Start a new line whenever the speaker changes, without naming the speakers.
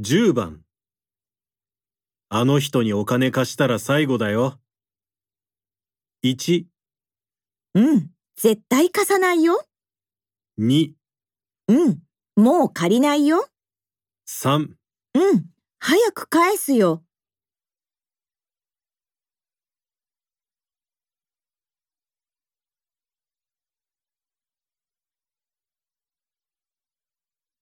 10番あの人にお金貸したら最後だよ。1、
うん、絶対貸さないよ。
2、
うん、もう借りないよ。
3
うん、早く返すよ。